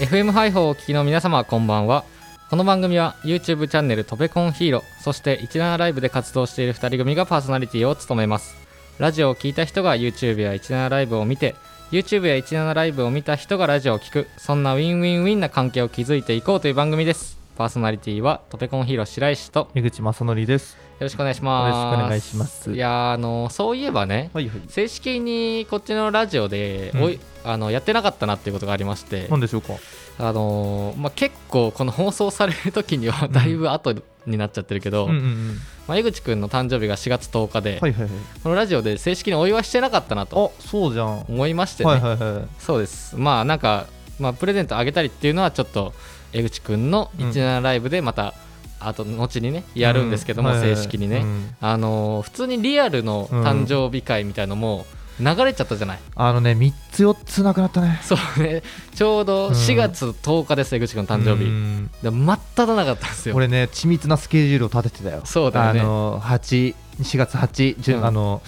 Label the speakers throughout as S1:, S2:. S1: FM ハイホーをお聞きの皆様こんばんはこの番組は YouTube チャンネル「トペコンヒーロー」そして17ライブで活動している2人組がパーソナリティを務めますラジオを聞いた人が YouTube や17ライブを見て YouTube や17ライブを見た人がラジオを聞くそんなウィンウィンウィンな関係を築いていこうという番組ですパーソナリティはトペコンヒーロー白石とよ
S2: 江口正則です。
S1: ろしくお願いします
S2: よろしくお願いします
S1: いやーあのそういえばね
S2: はいはい。
S1: 正式にこっちのラジオで、おいあのやってなかったなっていうことがありまして
S2: 何でしょうか。
S1: あのーまあ、結構この放送される時にはだいぶ後になっちゃってるけど、
S2: うんうんうん。
S1: まあ、江口くんの誕生日が4月10日で、
S2: はいはいはい。
S1: このラジオで正式にお祝いしてなかったなと
S2: あ、そうじゃん。は
S1: 思いまし
S2: い
S1: てね、
S2: はいは
S1: そうですまあなんか、まあ、プレゼントあげたりっていうのはちょっと江口くんの17ライブでまた、あと後にね
S2: い。
S1: やるんですけども、
S2: う
S1: 正式にね、。
S2: はいはいうん
S1: あのー普通にリアルの誕生日会みたいのも流れちゃったじゃない、
S2: あのね、三つ四つなくなったね。
S1: そうねちょうど4月10日です江口くんの誕生日、
S2: 日。
S1: で真っ只中だったんですよ
S2: 俺ね、緻密なスケジュールを立ててたよ。
S1: そうだよね
S2: あの、八、四月八、十、
S1: うん
S2: あの、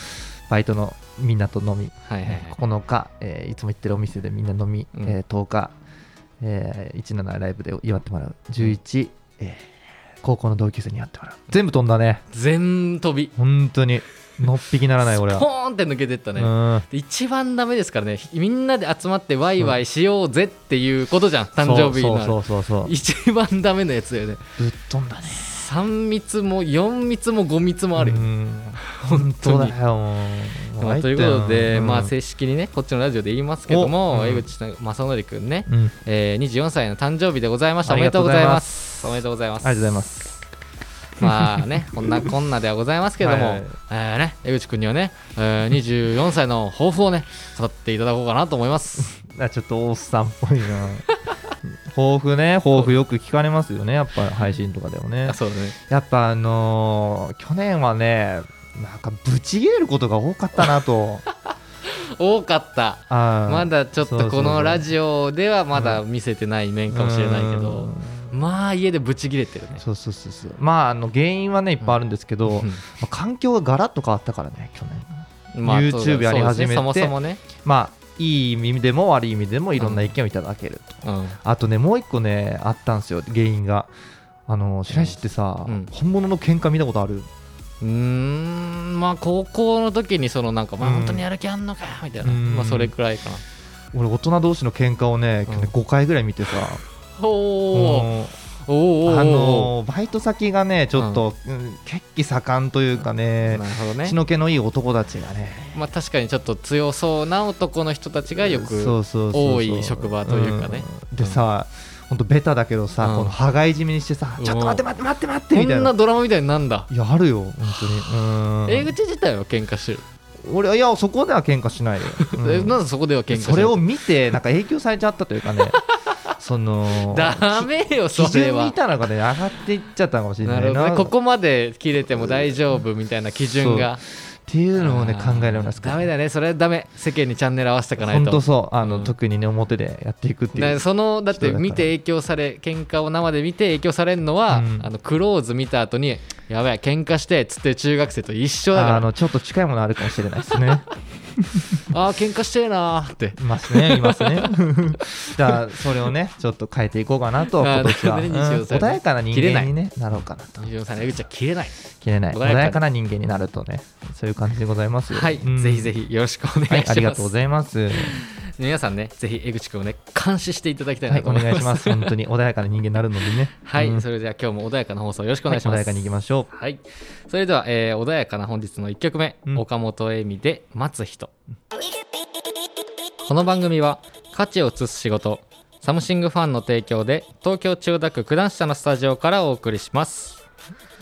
S2: バイトのみんなと飲み。
S1: はいはいはい
S2: 9日、えーいつも行ってるお店でみんな飲み、
S1: うん
S2: えー10日、えー17ライブで祝ってもらう11、えー高校の同級生に祝ってもらう全部飛んだね
S1: 全飛び
S2: 本当にのっぴきならない俺
S1: ポ
S2: は、
S1: ーンって抜けてったね、
S2: うん
S1: で一番ダメですからねみんなで集まってワイワイしようぜっていうことじゃん、誕生日の
S2: そうそうそうそう
S1: 一番ダメなやつだよね
S2: ぶっ飛んだね
S1: 3密も4密も5密もあるよ、
S2: うん本当だよもう
S1: まあ
S2: 入
S1: と
S2: った
S1: いう
S2: よ
S1: ことで、
S2: うん
S1: まあ、正式にねこっちのラジオで言いますけども、
S2: おうん
S1: 江口正則君ね、
S2: うん、
S1: えー、24歳の誕生日でございましたお
S2: あ
S1: め
S2: り
S1: でとう
S2: がとう
S1: ご
S2: ご
S1: ざ
S2: ざ
S1: い
S2: い
S1: ま
S2: ます
S1: おめでとうございます
S2: ありがとうございます
S1: まあね、 こんなこんなではございますけれども、
S2: はい
S1: えーね、江口君にはね、えー、24歳の抱負をね、語っていただこうかなと思い ます。
S2: あちょっとおっさんっぽいな抱 負ね抱負よく聞かれますよねやっぱ配信とかでもね
S1: あそうだね。
S2: やっぱあのー去年はねなんかブチ切れることが多かった なと
S1: 多かった。
S2: あー
S1: まだちょっ
S2: そ
S1: と
S2: うそうそ
S1: こ
S2: う
S1: のラジオではまだ見せてない面かもしれないけど、
S2: うん
S1: まあ家でブチ切れてるね。
S2: そうそうそうそうまああの原因はねいっぱいあるんですけど、まあ環境がガラッと変わったからね去年
S1: まあ
S2: YouTube
S1: そうだ
S2: やり始めて
S1: そうですねそもそもね。
S2: まあいい意味でも悪い意味でもいろんな意見をいただける
S1: う
S2: と、
S1: ん、
S2: あとねもう一個ねあったんですよ原因があの白石ってさ、
S1: うん
S2: 本物の喧嘩見たことある
S1: うーんまあ高校の時にそのなんか、まあ、
S2: うん
S1: 本当にやる気あんのかよみたいな、
S2: うん
S1: まあそれくらいかな。
S2: 俺大人同士の喧嘩をね去年
S1: うん
S2: 5回ぐらい見てさ、
S1: おー
S2: もう
S1: おーおー
S2: あのーバイト先がねちょっと、うん血気盛んというかね
S1: なるほどね
S2: 血。の気のいい男たちがね
S1: まあ、確かにちょっと強そうな男の人たちがよく、
S2: そうそうそうそう
S1: 多い職場というかね、
S2: んでさ本当ベタだけどさ、
S1: うん
S2: この羽交い締めにしてさ、
S1: うん
S2: ちょっと待って待って待って待って
S1: こ
S2: みたい
S1: ん
S2: な
S1: なドラマみたいになんだ、
S2: いやあるよ本当に、
S1: 江
S2: うん、
S1: 口自体は喧嘩してる、
S2: 俺はいやそこでは喧嘩し ないよ、うん
S1: えなんでそこでは喧嘩してる
S2: それを見てなんか影響されちゃったという かねその
S1: ダメよ
S2: 基
S1: それ
S2: 準み
S1: は
S2: たいなのがね上がっていっちゃったかもしれな
S1: ないる
S2: な
S1: ほどねここまで切れても大丈夫みたいな基準が
S2: っていうのをね
S1: あ
S2: 考
S1: ー
S2: えられますけど
S1: ダメだねそれはダメ世間にチャンネル合わせていかない
S2: 本
S1: と
S2: 当そうあの、
S1: うん
S2: 特にね表でやっていくってい
S1: だ
S2: う
S1: そのだっ
S2: 人
S1: て
S2: だから
S1: 見て影響され喧嘩を生で見て影響されるのは、
S2: うん
S1: あのクローズ見た後にやばい喧嘩してっつってる中学生と一緒だから
S2: あ
S1: あ
S2: のちょっと近いものあるかもしれないですね
S1: あー喧嘩してえなーって
S2: いますねいま すねじゃあそれをねちょっと変えていこうかなと
S1: あー
S2: 今 年は、
S1: なるほどね
S2: うん
S1: 西尾さんね
S2: 穏やかな人
S1: 切れな
S2: 間
S1: い
S2: に、ね、なろうかなと
S1: 西野さんの江口は切れない
S2: 切れない
S1: 穏
S2: 穏
S1: やか
S2: や
S1: に
S2: かな人間になるとねそういう感じでございますよ
S1: はい、
S2: うん
S1: ぜひぜひよろしくお願いし
S2: はい
S1: ます。
S2: ありがとうございます
S1: 皆さんね、ぜひ江口くんをね、監視していただきたい
S2: は
S1: ないと
S2: お
S1: 思います。
S2: 願いします本当に穏やかな人間になるのでね
S1: はい、
S2: うん
S1: それでは今日も穏やかな放送よろしくお
S2: は
S1: 願
S2: い
S1: いしま
S2: 穏
S1: す。
S2: やかにいきましょう
S1: はい、それでは、えー、穏やかな本日の1曲目、
S2: うん
S1: 岡本恵美で待つ人。この番組は価値を移す仕事、サムシングファンの提供で東京千代田区九段下のスタジオからお送りします。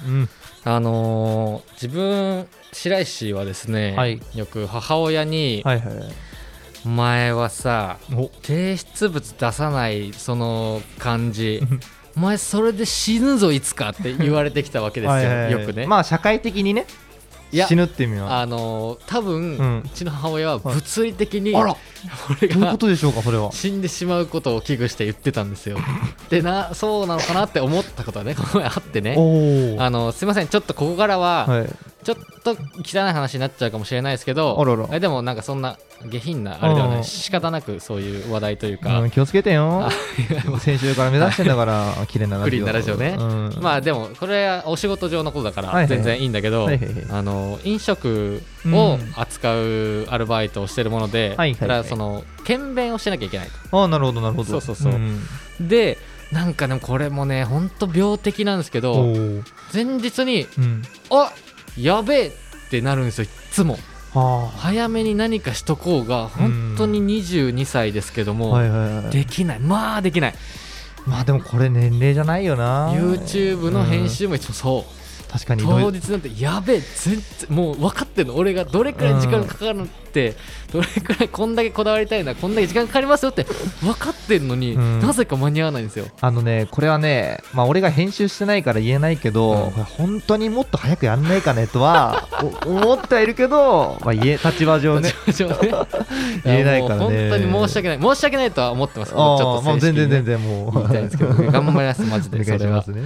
S2: うん
S1: あのー自分白石はですね、
S2: はい
S1: よく母親に、
S2: はいはい
S1: お前はさ
S2: お
S1: 提出物出さないその感じ お前それで死ぬぞいつかって言われてきたわけですよ、
S2: はいはいはい
S1: よくね、
S2: まあ社会的にね
S1: いや
S2: 死ぬっていう意味は
S1: あのー多分、う
S2: うん
S1: ちの母親は物理的に
S2: あら
S1: 俺
S2: どういう
S1: が
S2: ことでしょうかそれは
S1: 死んでしまうことを危惧して言ってたん ですよでなそうなのかなって思ったことはねこの前あってね
S2: おお
S1: あのすいませんちょっとここからは、
S2: はい
S1: ちょっと汚い話になっちゃうかもしれないですけど
S2: あらら
S1: えでもなんかそんな下品なあれではな
S2: う
S1: い
S2: ん
S1: 仕方なくそういう話題というか、
S2: うん、気をつけてよ
S1: あいやま
S2: 先週から目指してん だから綺麗なラジ
S1: ク
S2: オ
S1: リーンなラジオね
S2: うん
S1: あまあでもこれはお仕事上のことだか
S2: は
S1: ら
S2: いはいはい
S1: 全然いいんだけど、
S2: はいはいはい
S1: あの飲食を
S2: うん
S1: 扱うアルバイトをしてるもので、
S2: はいはいはい
S1: だからその検便をしなきゃいけないと
S2: ああなるほどなるほど
S1: そうそうそうんでなんかでもこれもね本当病的なんですけ
S2: お
S1: ど
S2: ー
S1: 前日に
S2: うん
S1: あやべえってなるんですよいっつも
S2: は
S1: 早めに何かしとこうが本当に22歳ですけど
S2: あ
S1: も、
S2: はいはいはい
S1: できないまあできない
S2: まあでもこれ年齢じゃないよな
S1: YouTube の編集もいつもそう、
S2: うん確かに
S1: 当日なんてやべえ全然もう分かってんの俺がどれくらい時間かかるのって、どれくらいこんだけこだわりたいなこんだけ時間かかりますよって分かってんのに、
S2: うん
S1: なぜか間に合わないんですよ
S2: あのね、これはね、まあ、俺が編集してないから言えないけど、
S1: うん
S2: これ本当にもっと早くやんないかねとは お思ってはいるけど、まあ、言え立場上ね、
S1: 正 直ね
S2: 言えないから
S1: いやも
S2: ね
S1: う本当に申し訳ない申し訳ないとは思ってます
S2: あ
S1: ちょ
S2: あ
S1: っと
S2: まあ
S1: 正式
S2: 全
S1: にね
S2: 然全然もう、
S1: 言いたいんですけど、ね、頑張りますマジ
S2: お
S1: で
S2: 願
S1: そ
S2: いし
S1: れ
S2: ま
S1: は
S2: すね、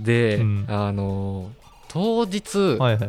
S1: で、
S2: うん
S1: あの当日
S2: うんはいはい、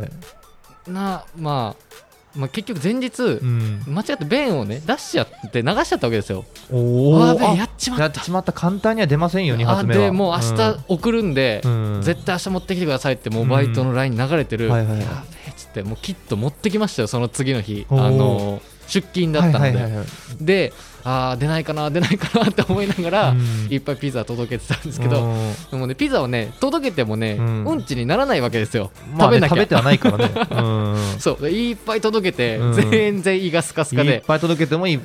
S1: な、まあ、まあ結局前日
S2: うん、
S1: 間違って便をね出しちゃって流しちゃったわけですよ
S2: お
S1: あ
S2: お
S1: ー便やっちま
S2: や
S1: っ
S2: ったちまった簡単には出ませんよ2
S1: あ
S2: 発目は
S1: でもう明日送るんで、
S2: うんうん
S1: 絶対明日持ってきてくださいってもうバイトの LINE に流れてる、
S2: はいはいはい
S1: やべえっつってもうキット持ってきましたよその次の日あ
S2: おー
S1: の出勤だったので、
S2: はいはいはいはい
S1: であー出ないかな出ないかなって思いながら、
S2: うん
S1: いっぱいピザ届けてたんですけ
S2: う
S1: ど、
S2: ん
S1: でもねピザをね届けてもね、う、
S2: うんん
S1: ちにならないわけですよ、
S2: まあ
S1: 食べ
S2: ね
S1: なきゃ
S2: 食べてはな いからね、う
S1: そうでいっぱい届けて、
S2: うん
S1: 全然胃がスカス
S2: ん、
S1: カ
S2: いっ
S1: で
S2: ぱい届けてもいいう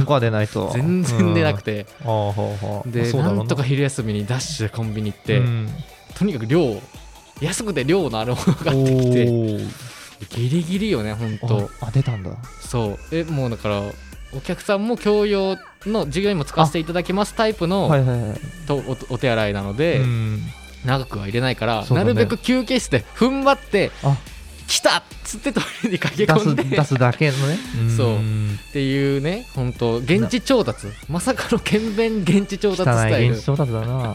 S2: んこは出ないと
S1: 全然出なく
S2: て、
S1: て、
S2: うんああはあはあ
S1: で
S2: そうだ
S1: な
S2: ろうん
S1: とか昼休みにダッシュでコンビニ行って、
S2: うん
S1: とにかく量を安くて量のあるものがあってきて
S2: おー
S1: ギリギリよね本当
S2: ああ出たんだ
S1: そうえもうだからお客さんも教養の授業にも使わせていただきますタイプの
S2: はいはいはい、
S1: とおお手洗いなので、
S2: うん
S1: 長くは入れないから、
S2: そう
S1: な
S2: だね
S1: るべく休憩室で踏ん張って
S2: あ
S1: 来たっつってトイレに駆け
S2: 出
S1: 込ん
S2: す
S1: で
S2: 出
S1: っ
S2: すだけのね
S1: そうんていうね本当現地調達まさかの検便現地調達ス
S2: 汚
S1: タイ
S2: い
S1: ル
S2: 現地調達だな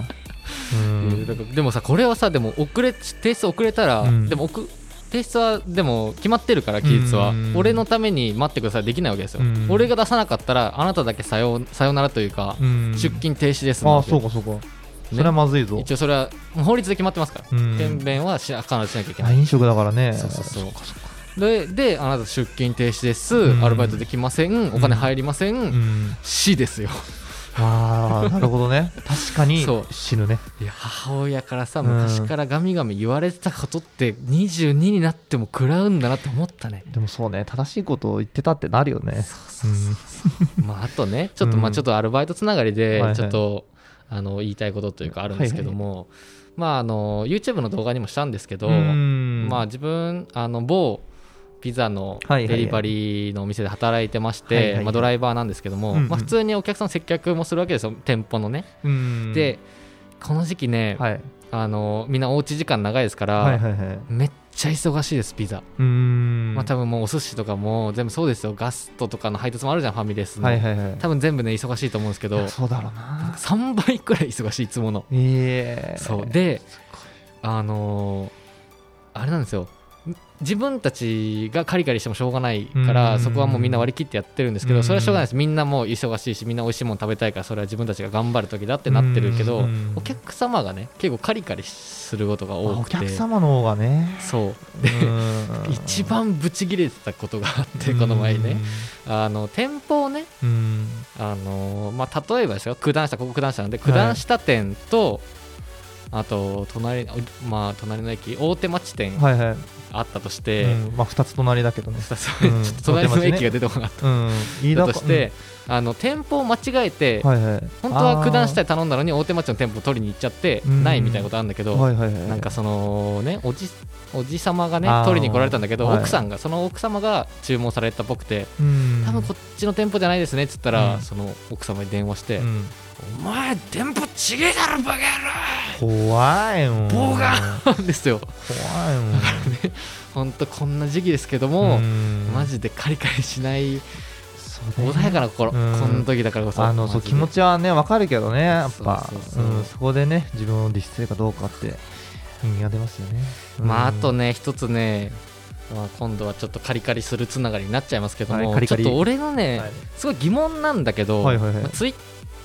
S2: うん
S1: だからでもさこれはさでも遅れ提出遅れたら、
S2: うん
S1: でも送提出はでも決まってるから期日は、
S2: うん
S1: 俺のために待ってくださいできないわけですよ、
S2: うん
S1: 俺が出さなかったらあなただけさようさよならというか、
S2: うん
S1: 出勤停止です
S2: あ
S1: の
S2: あ
S1: で
S2: そうかそうか、それはまずいぞ
S1: 一応それはもう法律で決まってますから
S2: うん
S1: 検便はしな必ずしなきゃいけな
S2: あ
S1: い
S2: 飲食だからね
S1: そうそうそうでであなた出勤停止です、
S2: うん
S1: アルバイトできませんお金入りません、
S2: うん、
S1: 死ですよ
S2: あ あなるほどね確かに
S1: そう
S2: 死ぬね
S1: いや母親からさ
S2: うん
S1: 昔からガミガミ言われてたことって22になっても食らうんだなって思ったね
S2: でもそうね正しいことを言ってたってなるよねうん
S1: まあ、あとね、ちょっと、
S2: うん
S1: まあ、ちょっとアルバイトつながり
S2: はいは
S1: で、
S2: い
S1: ちょっと、あの、言いたいことというか、あるんですけども、まあ、あの、YouTube の動画にもしたんですけど、
S2: うん
S1: まあ、自分、あの、某、ピザの
S2: はいはい
S1: デ
S2: はい
S1: リバリーのお店で働いてまし
S2: はいはい
S1: て
S2: はい
S1: まあドライバーなんですけども、
S2: うんうん
S1: まあ、普通にお客さん接客もするわけですよ店舗のね、
S2: うん
S1: でこの時期ね、
S2: はい
S1: あのみんなおうち時間長いですから、
S2: はいはいはい
S1: めっちゃ忙しいですピザ、
S2: うん
S1: まあ、多分もうお寿司とかも全部そうですよガストとかの配達もあるじゃんファミレスの、
S2: はいはいはい
S1: 多分全部ね忙しいと思うんですけ
S2: い
S1: ど
S2: やそうだろうな
S1: 3倍くらい忙しいいつもの、
S2: ええ
S1: そうであのーあれなんですよ自分たちがカリカリしてもしょうがないか
S2: う
S1: ら
S2: ん
S1: そこはもうみんな割り切ってやってるんですけ
S2: う
S1: ど
S2: ん
S1: それはしょうがないですみんなもう忙しいしみんな美味しいもの食べたいからそれは自分たちが頑張る時だってなってるけ
S2: う
S1: ど
S2: ん
S1: お客様がね結構カリカリすることが
S2: あ
S1: 多
S2: お
S1: くて
S2: 客様の方がね
S1: そう
S2: で
S1: で一番ブチ切れてたことがあってこの前ねあの店舗をね
S2: うん
S1: あのーまあ、例えばですよ九段下ここ九段下なんで九段下店と、あと隣,、まあ、隣の駅大手町店
S2: はいはい、
S1: あったとして、二
S2: うんまあ2つ隣だけどね
S1: つち
S2: うん
S1: ょっと隣の駅が出てこなかっ
S2: うん飯
S1: た
S2: 田
S1: として、あの店舗を間違えて、
S2: うんはいはい
S1: 本当は九段下
S2: い
S1: で頼んだのに大手町の店舗を取りに行っちゃって
S2: うん
S1: ないみたいなことあるんだけど、
S2: はいはいはい
S1: なんかそのねおじおじ様がね
S2: あー
S1: 取りに来られたんだけど、
S2: はい
S1: 奥さんがその奥様が注文されたっぽくて
S2: うん
S1: 多分こっちの店舗じゃないですねっつったら、
S2: うん
S1: その奥様に電話して。
S2: うん
S1: お前電波ちげえだろバカ
S2: 怖いもん
S1: 棒が野 郎ですよ
S2: 怖いもん
S1: ほんとこんな時期ですけども、
S2: ん
S1: マジでカリカリしない
S2: そうだよ
S1: 穏やかな心、
S2: うん
S1: この時だからこそ
S2: あのそう気持
S1: ち
S2: ちはね分かるけどねやっぱ
S1: そうそうそう
S2: うんそこでね自分を律してるかどうかって意味が出ますよね、うん
S1: まああとね一つねまあ、今度はちょっとカリカリするつながりになっちゃいますけど
S2: は
S1: も、
S2: いカリカリ
S1: ちょっと俺のね、
S2: はい
S1: すごい疑問なんだけど、
S2: はいはいはい
S1: ツイッ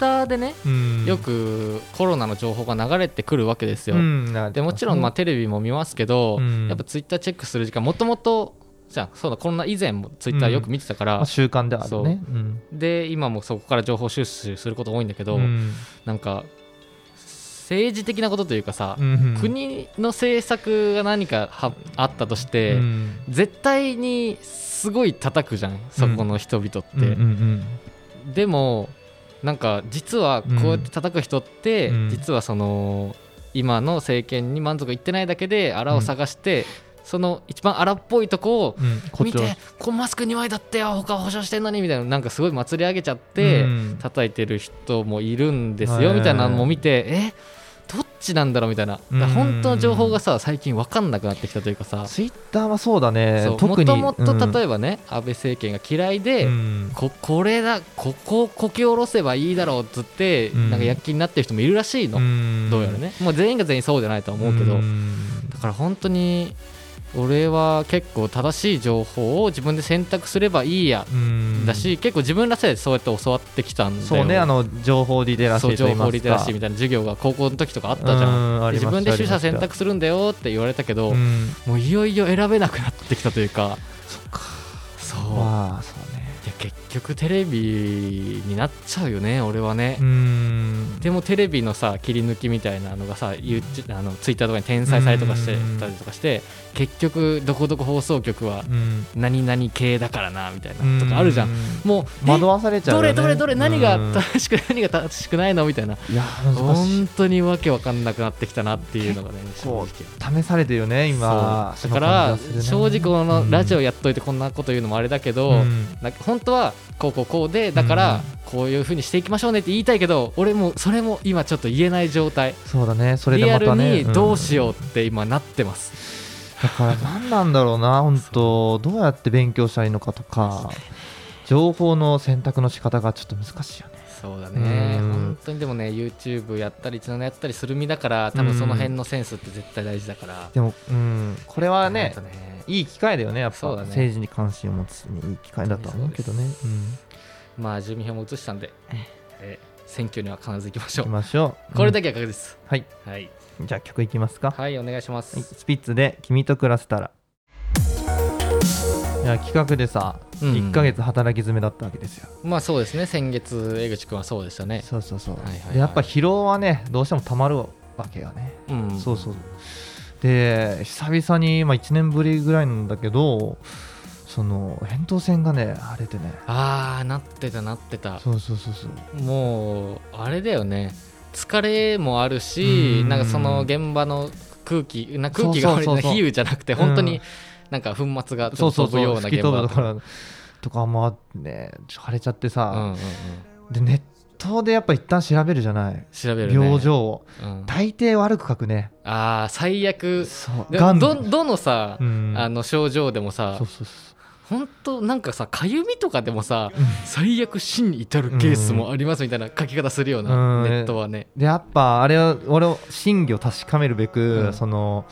S1: ターでね
S2: うん
S1: よくコロナの情報が流れてくるわけですよ、
S2: うんな
S1: でもちろんまあテレビも見ますけど、
S2: うん
S1: やっぱツイッターチェックする時間もともとじゃあそうだコロナ以前もツイッターよく見てたか
S2: ま
S1: ら
S2: あ、習慣ではあるねうん
S1: で今もそこから情報収集すること多いんだけど、
S2: うん
S1: なんか政治的なことというかさ、
S2: うん
S1: 国の政策が何かはあったとして、
S2: うん
S1: 絶対にすごい叩くじゃんそこの人々って、
S2: うんうんうん
S1: でもなんか実はこうやって叩く人って、
S2: うん
S1: 実はその今の政権に満足いってないだけで荒を探して、その一番荒っぽいとこを
S2: うん誇
S1: 見
S2: 張
S1: てこのマスク2枚だってよ他保証してんのにみたいななんかすごい祭り上げちゃって、
S2: うん
S1: 叩いてる人もいるんです
S2: は
S1: よ
S2: い
S1: みたいなのも見てえどっちなんだろうみたいなだから本当の情報がさ最近分かんなくなってきたというかさ
S2: ツイッターはそうだね
S1: そうも
S2: 特に
S1: ともと例
S2: え
S1: えばね安倍政権が嫌いで、
S2: うん
S1: ここれだここをこき下ろせばいいだろうっつって、
S2: うん
S1: なんか躍起になってる人もいるらしいの、
S2: ん
S1: どうやらねもう全員が全員そうじゃないとは思うけど、
S2: ん
S1: だから本当に俺は結構正しい情報を自分で選択すればいいや、
S2: うん
S1: だし結構自分らせでそうやって教わってきたんだよ
S2: そうねあの情報リテラシ
S1: そう
S2: ーと
S1: 情
S2: 言いますか
S1: 報リテラシーみたいな授業が高校の時とかあったじゃん
S2: うんあ
S1: で
S2: り
S1: 自
S2: ま
S1: 分
S2: し
S1: で
S2: た
S1: 取捨
S2: あり
S1: 選
S2: ました
S1: 択するんだよって言われたけど、
S2: うん
S1: もういよいよ選べなくなってきたというかそっかそう、
S2: まあそうね
S1: いや結局テレビになっちゃうよね俺はね、
S2: うん
S1: でもテレビのさ切り抜きみたいなのがさ YouTube あの Twitter とかに転載されとかして
S2: うん
S1: たりとかして結局どこどこ放送局は
S2: うん
S1: 何々系だからなみたいなとかあるじゃんもう
S2: 惑
S1: え
S2: わされちゃ
S1: ど
S2: うよ
S1: れ
S2: ね
S1: どれどれ何
S2: う
S1: が
S2: ん
S1: 正しく何が正しくないのみたいない
S2: や難しい
S1: 本当にわけわかんなくなってきたなっていうの がね正
S2: 構
S1: 直
S2: 試されてるよね今
S1: そうだから正直このラジオ
S2: や
S1: やっといてこんなこと言うのもあれだけど、
S2: うん
S1: なんか本当はこうこうこうでだからこういうふうにしていきましょうねって言いたいけど俺もそれも今ちょっと言えない状態
S2: そうだねそれで
S1: リア
S2: ま
S1: ル
S2: たね
S1: にどうし
S2: よ
S1: ようって今なってます、
S2: うんだから何なんだろうな本当どうやって勉強したらいいのかとか情報の選択の仕方がちょっと難しいよね
S1: そうだね
S2: うん
S1: 本当にでもね YouTube やったり17やったりする身だから多分その辺のセンスって絶対大事だから、
S2: でもうんこれはね
S1: ほんとね
S2: いい機会だよねやっぱ
S1: そうだね
S2: 政治に関心を持つにいい機会だとは思うけどねうん
S1: まあ住民票も移したんで、えー選挙には必ず行きましょ
S2: 行き
S1: う
S2: ましょう
S1: これだ
S2: け
S1: けは確実
S2: はい
S1: はい、
S2: じゃあ曲いきますか
S1: はい、お願いします、
S2: はいスピッツで「君と暮らせたら」いや企画でさ、
S1: うん
S2: 1ヶ月働き詰めだったわけですよ
S1: まあそうですね先月江口くんはそうでしたね
S2: そうそうそう、
S1: はいはいはい
S2: でやっぱ疲労はねどうしてもたまるわけよね、
S1: うん
S2: そうそうで久々に、まあ、1年ぶりぐらいなんだけどその扁桃腺がね腫れてね
S1: ああなってたなってた
S2: そうそうそうそう
S1: もうあれだよね疲れもあるし
S2: うん
S1: なんかその現場の空気な空気が
S2: そう
S1: 悪い
S2: そうそうそう
S1: 比喩じゃなくて
S2: うん
S1: 本当になんか粉末がちょっと飛ぶような
S2: 吹
S1: 現
S2: き飛
S1: 場
S2: ぶ
S1: だ
S2: ところとかもあってね腫れちゃって
S1: うんうん
S2: さ、
S1: うん
S2: でネットでやっぱ一旦調べるじゃない、
S1: 調べるね
S2: 病状を
S1: うん
S2: 大抵悪く書くね
S1: ああ最悪
S2: そう
S1: で
S2: がん
S1: どどのさ
S2: うん
S1: あの症状でもさ
S2: そうそうそ
S1: 本当なんかさかゆみとかでもさ
S2: うん
S1: 最悪死に至るケースもありますみたいな書き方するような
S2: うん
S1: ネットはね
S2: うでやっぱあれを俺を真偽を確かめるべく、
S1: うん
S2: その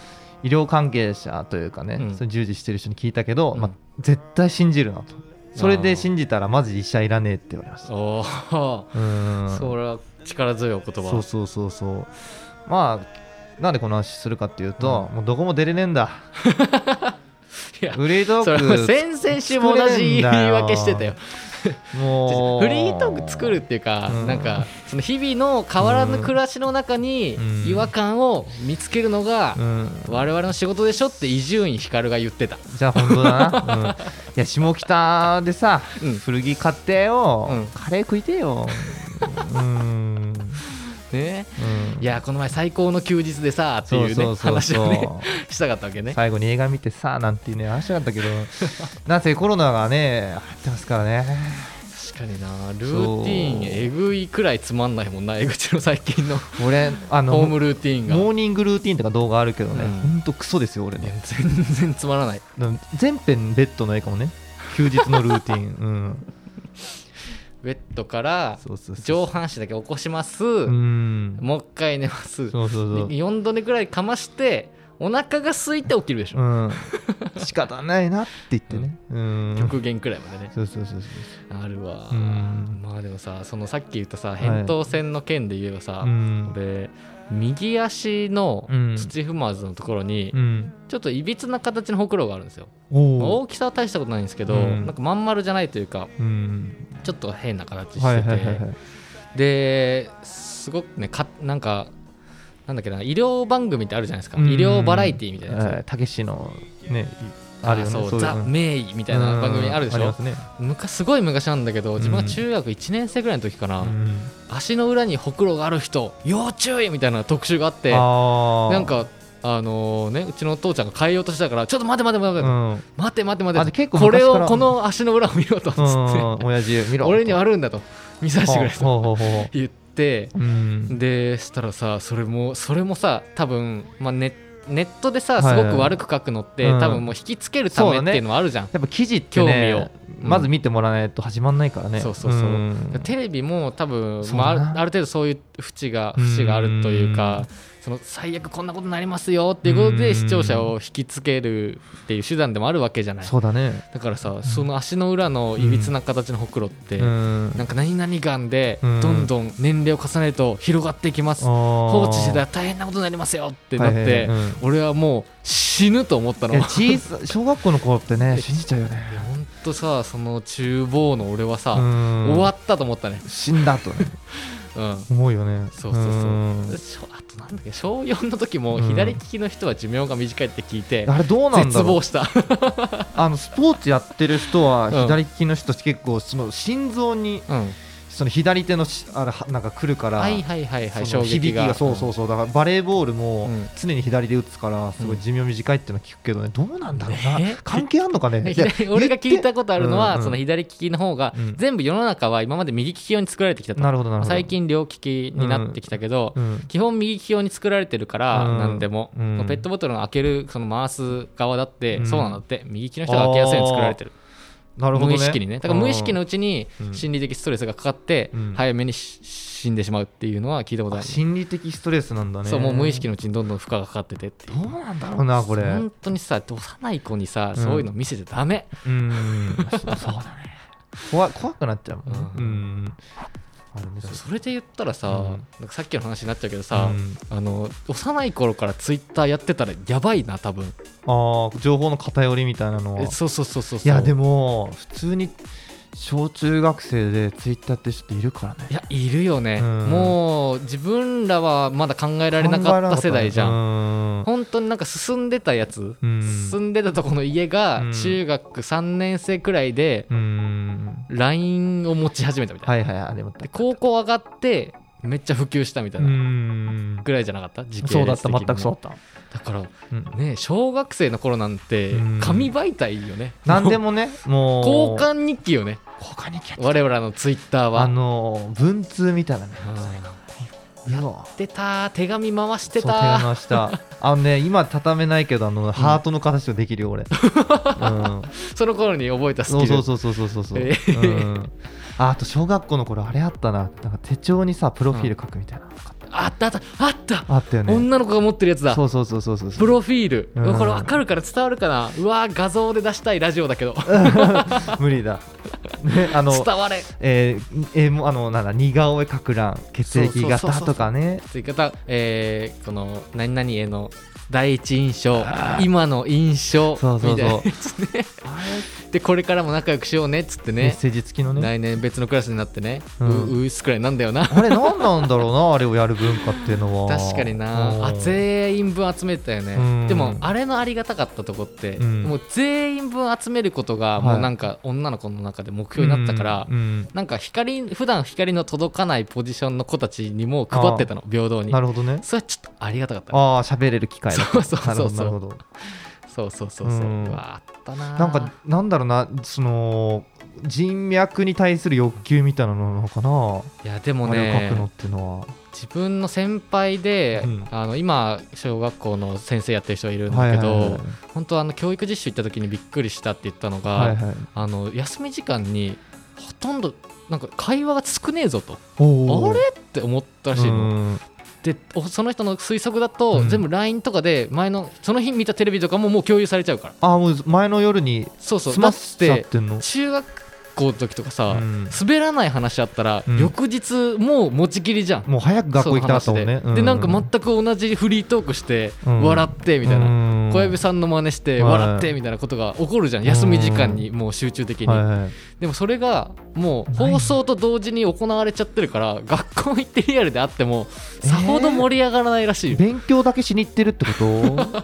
S2: 医療関係者というかね、
S1: うん
S2: それ従事してる人に聞いたけど、
S1: うん
S2: まあ、絶対信じるなとそれ
S1: あ
S2: で
S1: ー
S2: 信じたらマジ医者いらねえって言われました
S1: おお
S2: うん
S1: それは力強いお言葉
S2: そうそうそうそうまあなんでこの話するかっていうと、もうどこも出れねえ んだ
S1: いや
S2: フリート
S1: それは
S2: ーク
S1: 先々週も同じ言い訳してたよ
S2: もう
S1: フリートーク作るっていうか、
S2: うん
S1: なんかその日々の変わらぬ暮らしの中に
S2: うん
S1: 違和感を見つけるのが
S2: うん
S1: 我々の仕事でしょって伊集院光が言ってた
S2: じゃあ本当だな、うん、いや下北でさ、
S1: うん
S2: 古着買ってよ、
S1: うん
S2: カレー食いてようーん
S1: ね
S2: うん
S1: いやこの前最高の休日でさっていうね話をね したかったわけね
S2: 最後に映画見てさなんていうね話だったけど なんせコロナがね入ってますからね
S1: 確かになルーティーンえぐいくらいつまんないもんな江口の最近の
S2: 俺あの
S1: ホームルーティーンが
S2: モーニングルーティンとか動画あるけどね、
S1: うん
S2: ほんとクソですよ俺
S1: いや
S2: ね
S1: 全然つまらない
S2: でも全編ベッドの映画もね休日のルーティン、うん、
S1: ベッドから
S2: そうそうそう
S1: 上半身だけ起こします、
S2: うん
S1: もう一回寝ます
S2: そうそうそう
S1: で4度寝くらいかましてお腹が空いて起きるでしょ、
S2: うん、仕方ないなって言ってね、うん、
S1: 極限くらいまでね
S2: そうそうそうそう
S1: あるわ、
S2: うん
S1: まあでもさそのさっき言ったさ
S2: い
S1: 扁桃腺の件で言えばさ、
S2: そううん
S1: 俺右足の
S2: うん
S1: 土踏まずのところに
S2: うん
S1: ちょっといびつな形のほくろがあるんですよ、
S2: おお
S1: 大きさは大したことないんですけど、
S2: うん
S1: なんかまん丸じゃないというか
S2: うん
S1: ちょっと変な形してて、
S2: はいはいはいはい
S1: ですごくねかなんかなんだっけな医療番組ってあるじゃないですか、
S2: うん
S1: 医療バラエティーみたいなやつ、
S2: はいたけしのねあるよね
S1: そう
S2: そういう
S1: ザ・
S2: うん
S1: 名医みたいな番組あるでし
S2: うんあり
S1: ょ
S2: ま、すね
S1: 昔すごい昔なんだけど自分が
S2: うん
S1: 中学1年生ぐらいの時かな、
S2: うん
S1: 足の裏にほくろがある人要注意みたいな特集があって
S2: あー
S1: なんかあのねうちの父ちゃんが変えようとしたからちょっと待て待て待て
S2: う
S1: 待て、
S2: ん
S1: 待て待て待
S2: あ
S1: て
S2: で結構
S1: これ
S2: 昔か
S1: を
S2: ら
S1: この足の裏を見ろとっつっ
S2: うん親父見
S1: て
S2: ろ
S1: 俺にあるんだと見させてくれと
S2: ほうほうほうほ
S1: 言って
S2: ううん
S1: でしたらさそれもそれもさ多分、まあ、ネネットでさすごく悪く書くのって、
S2: はいはい
S1: 多分もう引きつけるためっていうのもあるじゃん、
S2: やっぱ記事ってね
S1: 興味をうん
S2: まず見てもらわないと始まんないからね
S1: そうそうそうんテレビも多分、
S2: そう
S1: まあ、
S2: だ
S1: ある
S2: な
S1: ある程度そういう縁が節があるというかその最悪こんなことになりますよっていうこと
S2: う
S1: で
S2: ん
S1: 視聴者を引きつけるっていう手段でもあるわけじゃない
S2: そうだね
S1: だからさその足の裏のいびつな形のほくろって、
S2: うん
S1: なんか何々がんで
S2: うん
S1: どんどん年齢を重ねると広がっていきます放
S2: 放
S1: 置してたら大変なことになりますよってなって、
S2: うん
S1: 俺はもう死ぬと思ったの
S2: いや小さ小学校の頃って ね信じちゃうよね
S1: 本当さその厨房の俺はさ、
S2: 終
S1: 終わったと思ったね
S2: 死んだとね
S1: うん
S2: 思うよね
S1: そうそうそうんしょあとなんだっけ小4の時も左利きの人は寿命が短いって聞いて、
S2: あれどうなんだ
S1: 絶
S2: ろう
S1: 望した
S2: あのスポーツやってる人は
S1: うん
S2: 左利きの人って結構その心臓に
S1: うん
S2: その左手のしあれはなんか来るから
S1: はいはいはいはい
S2: そ
S1: 衝
S2: の
S1: 撃
S2: 響き
S1: が
S2: がそうそうそうだからバレーボール
S1: う
S2: も
S1: ん
S2: 常に左で打つからすごい寿命短いってのは聞くけどねどうなんだろうな
S1: ね
S2: 関係あんのか ねいや
S1: 左俺が聞いたことあるのは、
S2: うんうん
S1: その左利きの方が、
S2: うん
S1: 全部世の中は今まで右利き用に作られてきたと
S2: なるほどなるほど
S1: 最近両利きになってきたけど、
S2: うん
S1: 基本右利き用に作られてるから、
S2: うん
S1: 何でも、
S2: うん
S1: ペットボトルの開けるその回す側だって、
S2: うん
S1: そうなんだって右利きの人が開けやすいように作られてる
S2: なるほど
S1: 無
S2: ね
S1: 意識にねだから無意識のうちに
S2: うん
S1: 心理的ストレスがかかって、
S2: うん
S1: 早めにし死んでしまうっていうのは聞いたことあ
S2: あ
S1: る、
S2: 心理的ストレスなんだね
S1: そうもう無意識のうちにどんどん負荷がかかっててってい
S2: ど
S1: う
S2: うなんだろうなこれ
S1: 本当にさ幼い子にさ、
S2: うん
S1: そういうの見せちゃダメ
S2: うんそそうだね怖い怖くなっちゃうもんね
S1: う
S2: うんんあるねそ
S1: それで言ったらさ、
S2: うん
S1: なんかさっきの話になっちゃうけど
S2: う
S1: さ、
S2: ん
S1: あの幼い頃からツイッターやってたらやばいな多分
S2: ああ情報の偏りみたいなのは
S1: えそうそうそうそう
S2: いやで
S1: も
S2: も普通に小中学生でツイッターって人いるからね
S1: いやいるよね、
S2: うん
S1: もう自分らはまだ考えられなかった世代じゃん、
S2: ん
S1: 本当になんか進んでたやつ、
S2: うん
S1: 進んでたとこの家が
S2: うん
S1: 中学3年生くらいで
S2: うん
S1: LINE を持ち始めたみたいな、
S2: はいはいあれも
S1: で高校上がってめっちゃ普及したみた
S2: う
S1: いな、
S2: ん
S1: ぐらいじゃなかった時系列的
S2: そう
S1: にも
S2: だった全くそうだっ
S1: だから
S2: た、うん、
S1: ね小学生の頃なんて
S2: うん
S1: 紙媒体よね、
S2: 何でもねもう
S1: 交換日記よね
S2: 交換に行け
S1: 我々のツイッターは
S2: あの文通みたいなねや
S1: 出たー手紙回して
S2: そう手
S1: たー
S2: 紙したあのね今畳めないけどあの、ハートの形ができる よ俺、うん、
S1: その頃に覚えたスキ
S2: そう
S1: ル
S2: そうそうそうそうそうそう、
S1: え
S2: うん、ああと小学校の頃あれあったななんか手帳にさプロフィール書くみたいなのあった
S1: あったあったあった、
S2: あったよね
S1: 女の子が持ってるやつだ
S2: そうそうそうそうそう
S1: プロフィール、
S2: うん
S1: これ分かるから伝わるかなうわー画像で出したいラジオだけど
S2: 無理だねあの
S1: 伝われ
S2: えーえーもうあのなんだ似顔絵描く欄血
S1: そうそ
S2: 液
S1: うそうそ
S2: 型
S1: う
S2: とかね
S1: 追加たえー、この何々への第一印象
S2: あー
S1: 今の印象
S2: そうそうそう
S1: みたいなやつねでこれからも仲良くしようねっつって
S2: メッ
S1: ね
S2: セージ付きのね
S1: 来年別のクラスになってね、う
S2: うん
S1: うっすくらいなんだよな
S2: あれ何なんだろうなあれをやる文化っていうのは
S1: 確かに
S2: うん
S1: なあ全員分集めてたよ
S2: う
S1: ね
S2: ん
S1: でもあれのありがたかったとこって、
S2: うん
S1: もう全員分集めることが
S2: はい
S1: もうなんか女の子の中で目標になったから、
S2: うんうん
S1: なんか光普段光の届かないポジションの子たちにも配ってたの平等に
S2: なるほどね
S1: それはちょっとありがたかったね
S2: ああ喋れる機会だ
S1: そうそうそうそう
S2: なるほどなるほ
S1: そうそうそうそう
S2: うん
S1: うわあったな
S2: ど
S1: ー
S2: なんかなんだろうなその人脈に対する欲求みたいなのなのかない
S1: やでも
S2: あれを書く
S1: ね
S2: のっていうのは
S1: 自分の先輩で、
S2: うん
S1: あの今小学校の先生やってる人がいるんだけど、
S2: はいはい
S1: 本当あの教育実習行った時にびっくりしたって言ったのが、
S2: はいはいはい
S1: あの休み時間にほとんどなんか会話が少ねえぞと
S2: おー
S1: あれって思ったらしいの
S2: うん
S1: でおその人の推測だと、
S2: うん
S1: 全部 LINE とかで前のその日見たテレビとかももう共有されちゃうから
S2: ああもう前の夜に
S1: そうそう
S2: 済ませち
S1: だ
S2: ゃっ
S1: って
S2: てんの
S1: 中学校の時とかさ、
S2: うん
S1: 滑らない話あったら、
S2: うん
S1: 翌日もう持ちきりじゃん
S2: もう早く学校行きたかったもんね
S1: その話で,、でなんか全く同じフリートークして、笑ってみたいな、
S2: な
S1: 小籔さんの真似して
S2: はい
S1: 笑ってみたいなことが起こるじゃん休み時間にもう集中的に、
S2: はいはい
S1: でもそれがもう
S2: ない
S1: 放送と同時に行われちゃってるから学校行ってリアルであってもさほど盛り上がらないらしいよ、
S2: 勉強だけしに行ってるってこと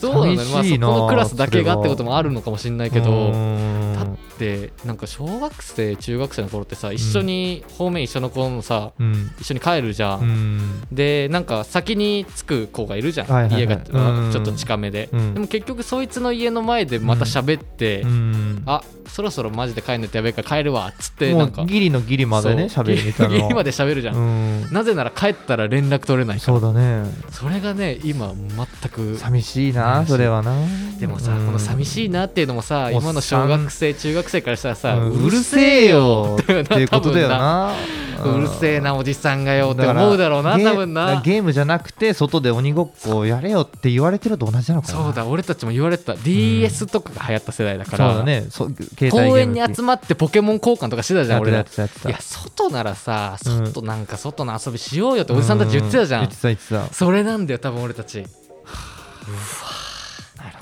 S1: そうなんだよ、まあ、
S2: 寂し
S1: そ
S2: いな
S1: このクラスだけがってこともあるのかもしれないけ
S2: う
S1: ど
S2: ーん
S1: だってなんか小学生中学生の頃ってさ一緒に方面一緒の子もさ
S2: うん
S1: 一緒に帰るじゃん、
S2: うん
S1: でなんか先に着く子がいるじゃん、
S2: はいはいはい
S1: 家が
S2: うん
S1: ちょっと近めで、
S2: うん
S1: でも結局そいつの家の前でまた喋って、
S2: うん
S1: あそろそろマジで帰んないとやべえから帰るわっつって
S2: も
S1: なんか
S2: うギリのギリまでね
S1: そう
S2: 喋りに行ったの
S1: ギリギリまで喋るじゃん、
S2: うん
S1: なぜなら帰ったら連絡取れないから
S2: そうだね
S1: それがね今全く
S2: 寂しいな
S1: 寂しい
S2: それはな
S1: でもさ、この寂しいなっていうのもさ
S2: おっさん
S1: 今の小学生中学生からしたらさ、
S2: うん
S1: うるせえよ
S2: っていうことだよな
S1: 多 分なうるせえなおじさんがよって
S2: だから
S1: 思うだろうな
S2: ゲー
S1: 多分
S2: だから
S1: な
S2: ゲームじゃなくて外で鬼ごっこをやれよって言われてると同じなのかな
S1: そうだ俺たちも言われてた DS とかが流行った世代だ
S2: そ
S1: か
S2: う
S1: ら、
S2: だねそ携帯ゲーム
S1: 公園に集
S2: ま
S1: まってポケモン交換とかしてたじゃん俺
S2: や
S1: ら
S2: ってたやってた
S1: いや外ならさ
S2: うん
S1: 外なんか外の遊びしようよっておじさんたち言ってたじゃん、
S2: う言ってた言ってた
S1: それなんだよ多分俺たち
S2: なる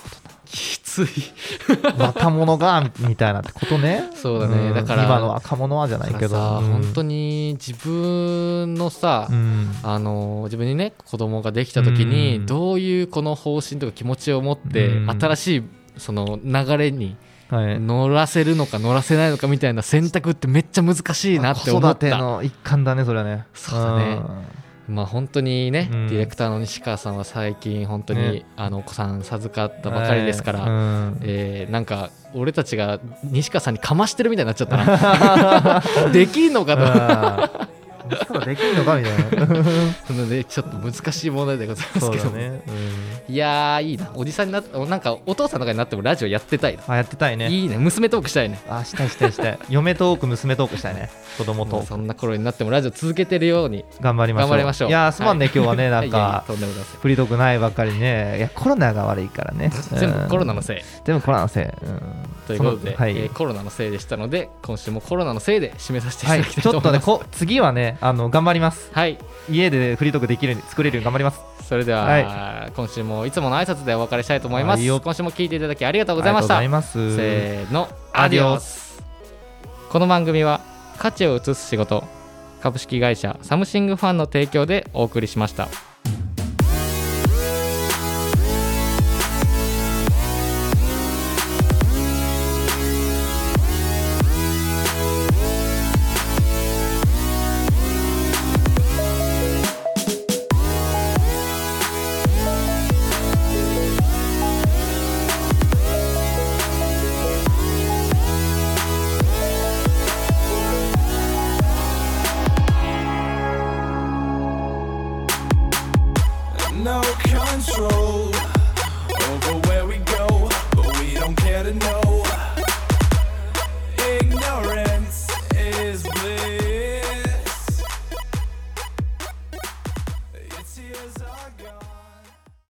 S1: きつい
S2: ほど若者がみたいなってことね
S1: そうだね
S2: ん
S1: だから
S2: 今の若者はじゃないけど
S1: さ、
S2: うん
S1: 本当に自分のさ、
S2: うん
S1: あの自分にね子供ができた時に、
S2: うん
S1: どういうこの方針とか気持ちを持って、
S2: うん
S1: 新しいその流れに
S2: はい
S1: 乗らせるのか乗らせないのかみたいな選択ってめっちゃ難しいなって思
S2: 子
S1: っ
S2: 育て
S1: た
S2: の一環だねそれはね
S1: そうだねまあ本当にね、
S2: うん
S1: ディレクターの西川さんは最近本当に、
S2: ね
S1: あのお子さん授かっ
S2: う
S1: た
S2: ん
S1: ばかりですから、
S2: うん
S1: えーなんか俺たちが西川さんにかましてるみたいになっちゃった なできん のかと
S2: うんそんなことできるのかみたいな
S1: そのねちょっと難しい問題でございます
S2: そう
S1: けど
S2: だ
S1: も、
S2: ねうん
S1: いやーいいなおじさんになっなんかお父さんとかになってもラジオやってたいな、
S2: あやってたいね
S1: いいね娘トークしたいね
S2: あしたいしたいしたい嫁トーク娘トークしたいね子供
S1: も
S2: と
S1: うそんな頃になってもラジオ続けてるように
S2: 頑張りましょう
S1: 頑張りましょう
S2: いやーすまんね、今日はねなん
S1: いやいや
S2: か
S1: とんでもございません
S2: フリートークないばっかりねいやコロナが悪いからね
S1: 全部コロナの
S2: い
S1: せい
S2: 全部コロナのせい、うん
S1: ということで、
S2: そのはい、
S1: えーコロナのせいでしたので今週もコロナのせいで締めさせていた
S2: はい、
S1: だきたい
S2: ち
S1: と思
S2: ょ
S1: い
S2: っ
S1: ます
S2: とねこ次はねあの頑張ります
S1: はい
S2: 家でフリートークできるように作れるように頑張ります
S1: それでは、今週もいつもの挨拶でお別れしたいと思いま
S2: は
S1: す
S2: いよ
S1: 今週も聞いていただきありがとうございました
S2: ありがとうございます
S1: せーのアディオスこの番組は価値を移す仕事株式会社サムシングファンの提供でお送りしました
S3: no control over where we go, but we don't care to know.